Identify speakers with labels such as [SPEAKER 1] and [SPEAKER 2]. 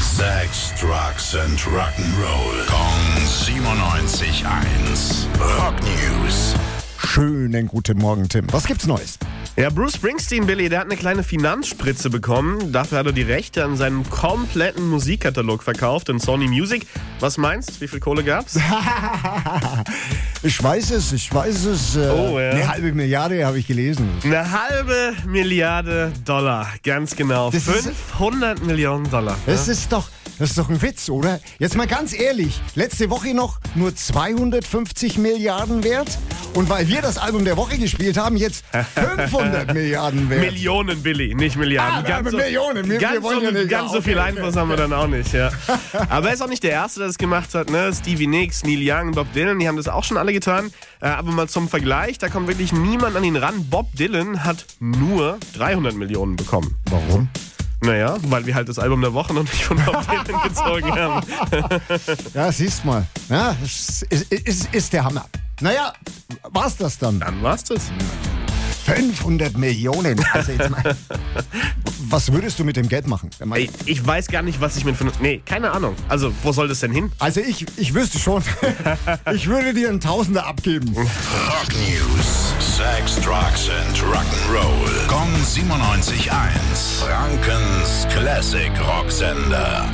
[SPEAKER 1] Sex, Drugs and Rock'n'Roll. Kong 97.1. Rock News.
[SPEAKER 2] Schönen guten Morgen, Tim. Was gibt's Neues?
[SPEAKER 3] Ja, Bruce Springsteen, Billy, der hat eine kleine Finanzspritze bekommen. Dafür hat er die Rechte an seinem kompletten Musikkatalog verkauft in Sony Music. Was meinst Wie viel Kohle gab's?
[SPEAKER 2] Ich weiß es, ich weiß es. Äh,
[SPEAKER 3] Oh, ja.
[SPEAKER 2] Eine halbe Milliarde habe ich gelesen.
[SPEAKER 3] Eine halbe Milliarde Dollar. Ganz genau.
[SPEAKER 2] Das ist-
[SPEAKER 3] 500 Millionen Dollar.
[SPEAKER 2] Das ist doch, das ist doch ein Witz, oder? Jetzt mal ganz ehrlich, letzte Woche noch nur 250 Milliarden wert. Und weil wir das Album der Woche gespielt haben, jetzt 500 Milliarden wert.
[SPEAKER 3] Millionen, Billy, nicht Milliarden.
[SPEAKER 2] Ah, aber Millionen, wir-
[SPEAKER 3] ganz
[SPEAKER 2] wir wollen
[SPEAKER 3] so,
[SPEAKER 2] ja nicht-
[SPEAKER 3] ganz
[SPEAKER 2] ja,
[SPEAKER 3] so
[SPEAKER 2] okay,
[SPEAKER 3] viel
[SPEAKER 2] okay,
[SPEAKER 3] Einfluss haben wir dann auch nicht, ja. Aber er ist auch nicht der Erste, der das gemacht hat, ne? Stevie Nicks, Neil Young, Bob Dylan, die haben das auch schon alle getan. Äh, Aber mal zum Vergleich, da kommt wirklich niemand an ihn ran. Bob Dylan hat nur 300 Millionen bekommen.
[SPEAKER 2] Warum?
[SPEAKER 3] Naja, weil wir halt das Album der Woche noch nicht von Bob Dylan gezogen haben.
[SPEAKER 2] Ja, siehst mal. Ja, das ist, ist, ist der Hammer. Naja, war's das dann?
[SPEAKER 3] Dann war's das.
[SPEAKER 2] 500 Millionen. Also jetzt mal. Was würdest du mit dem Geld machen? Wenn man-
[SPEAKER 3] Ich, ich weiß gar nicht, was ich mit... Nee, keine Ahnung. Also, wo soll das denn hin?
[SPEAKER 2] Also ich, ich wüsste schon. Ich würde dir einen Tausender abgeben.
[SPEAKER 1] Rock News. Sex, Drugs and Rock'n'Roll. Kong 97.1. Frankens Classic Rocksender.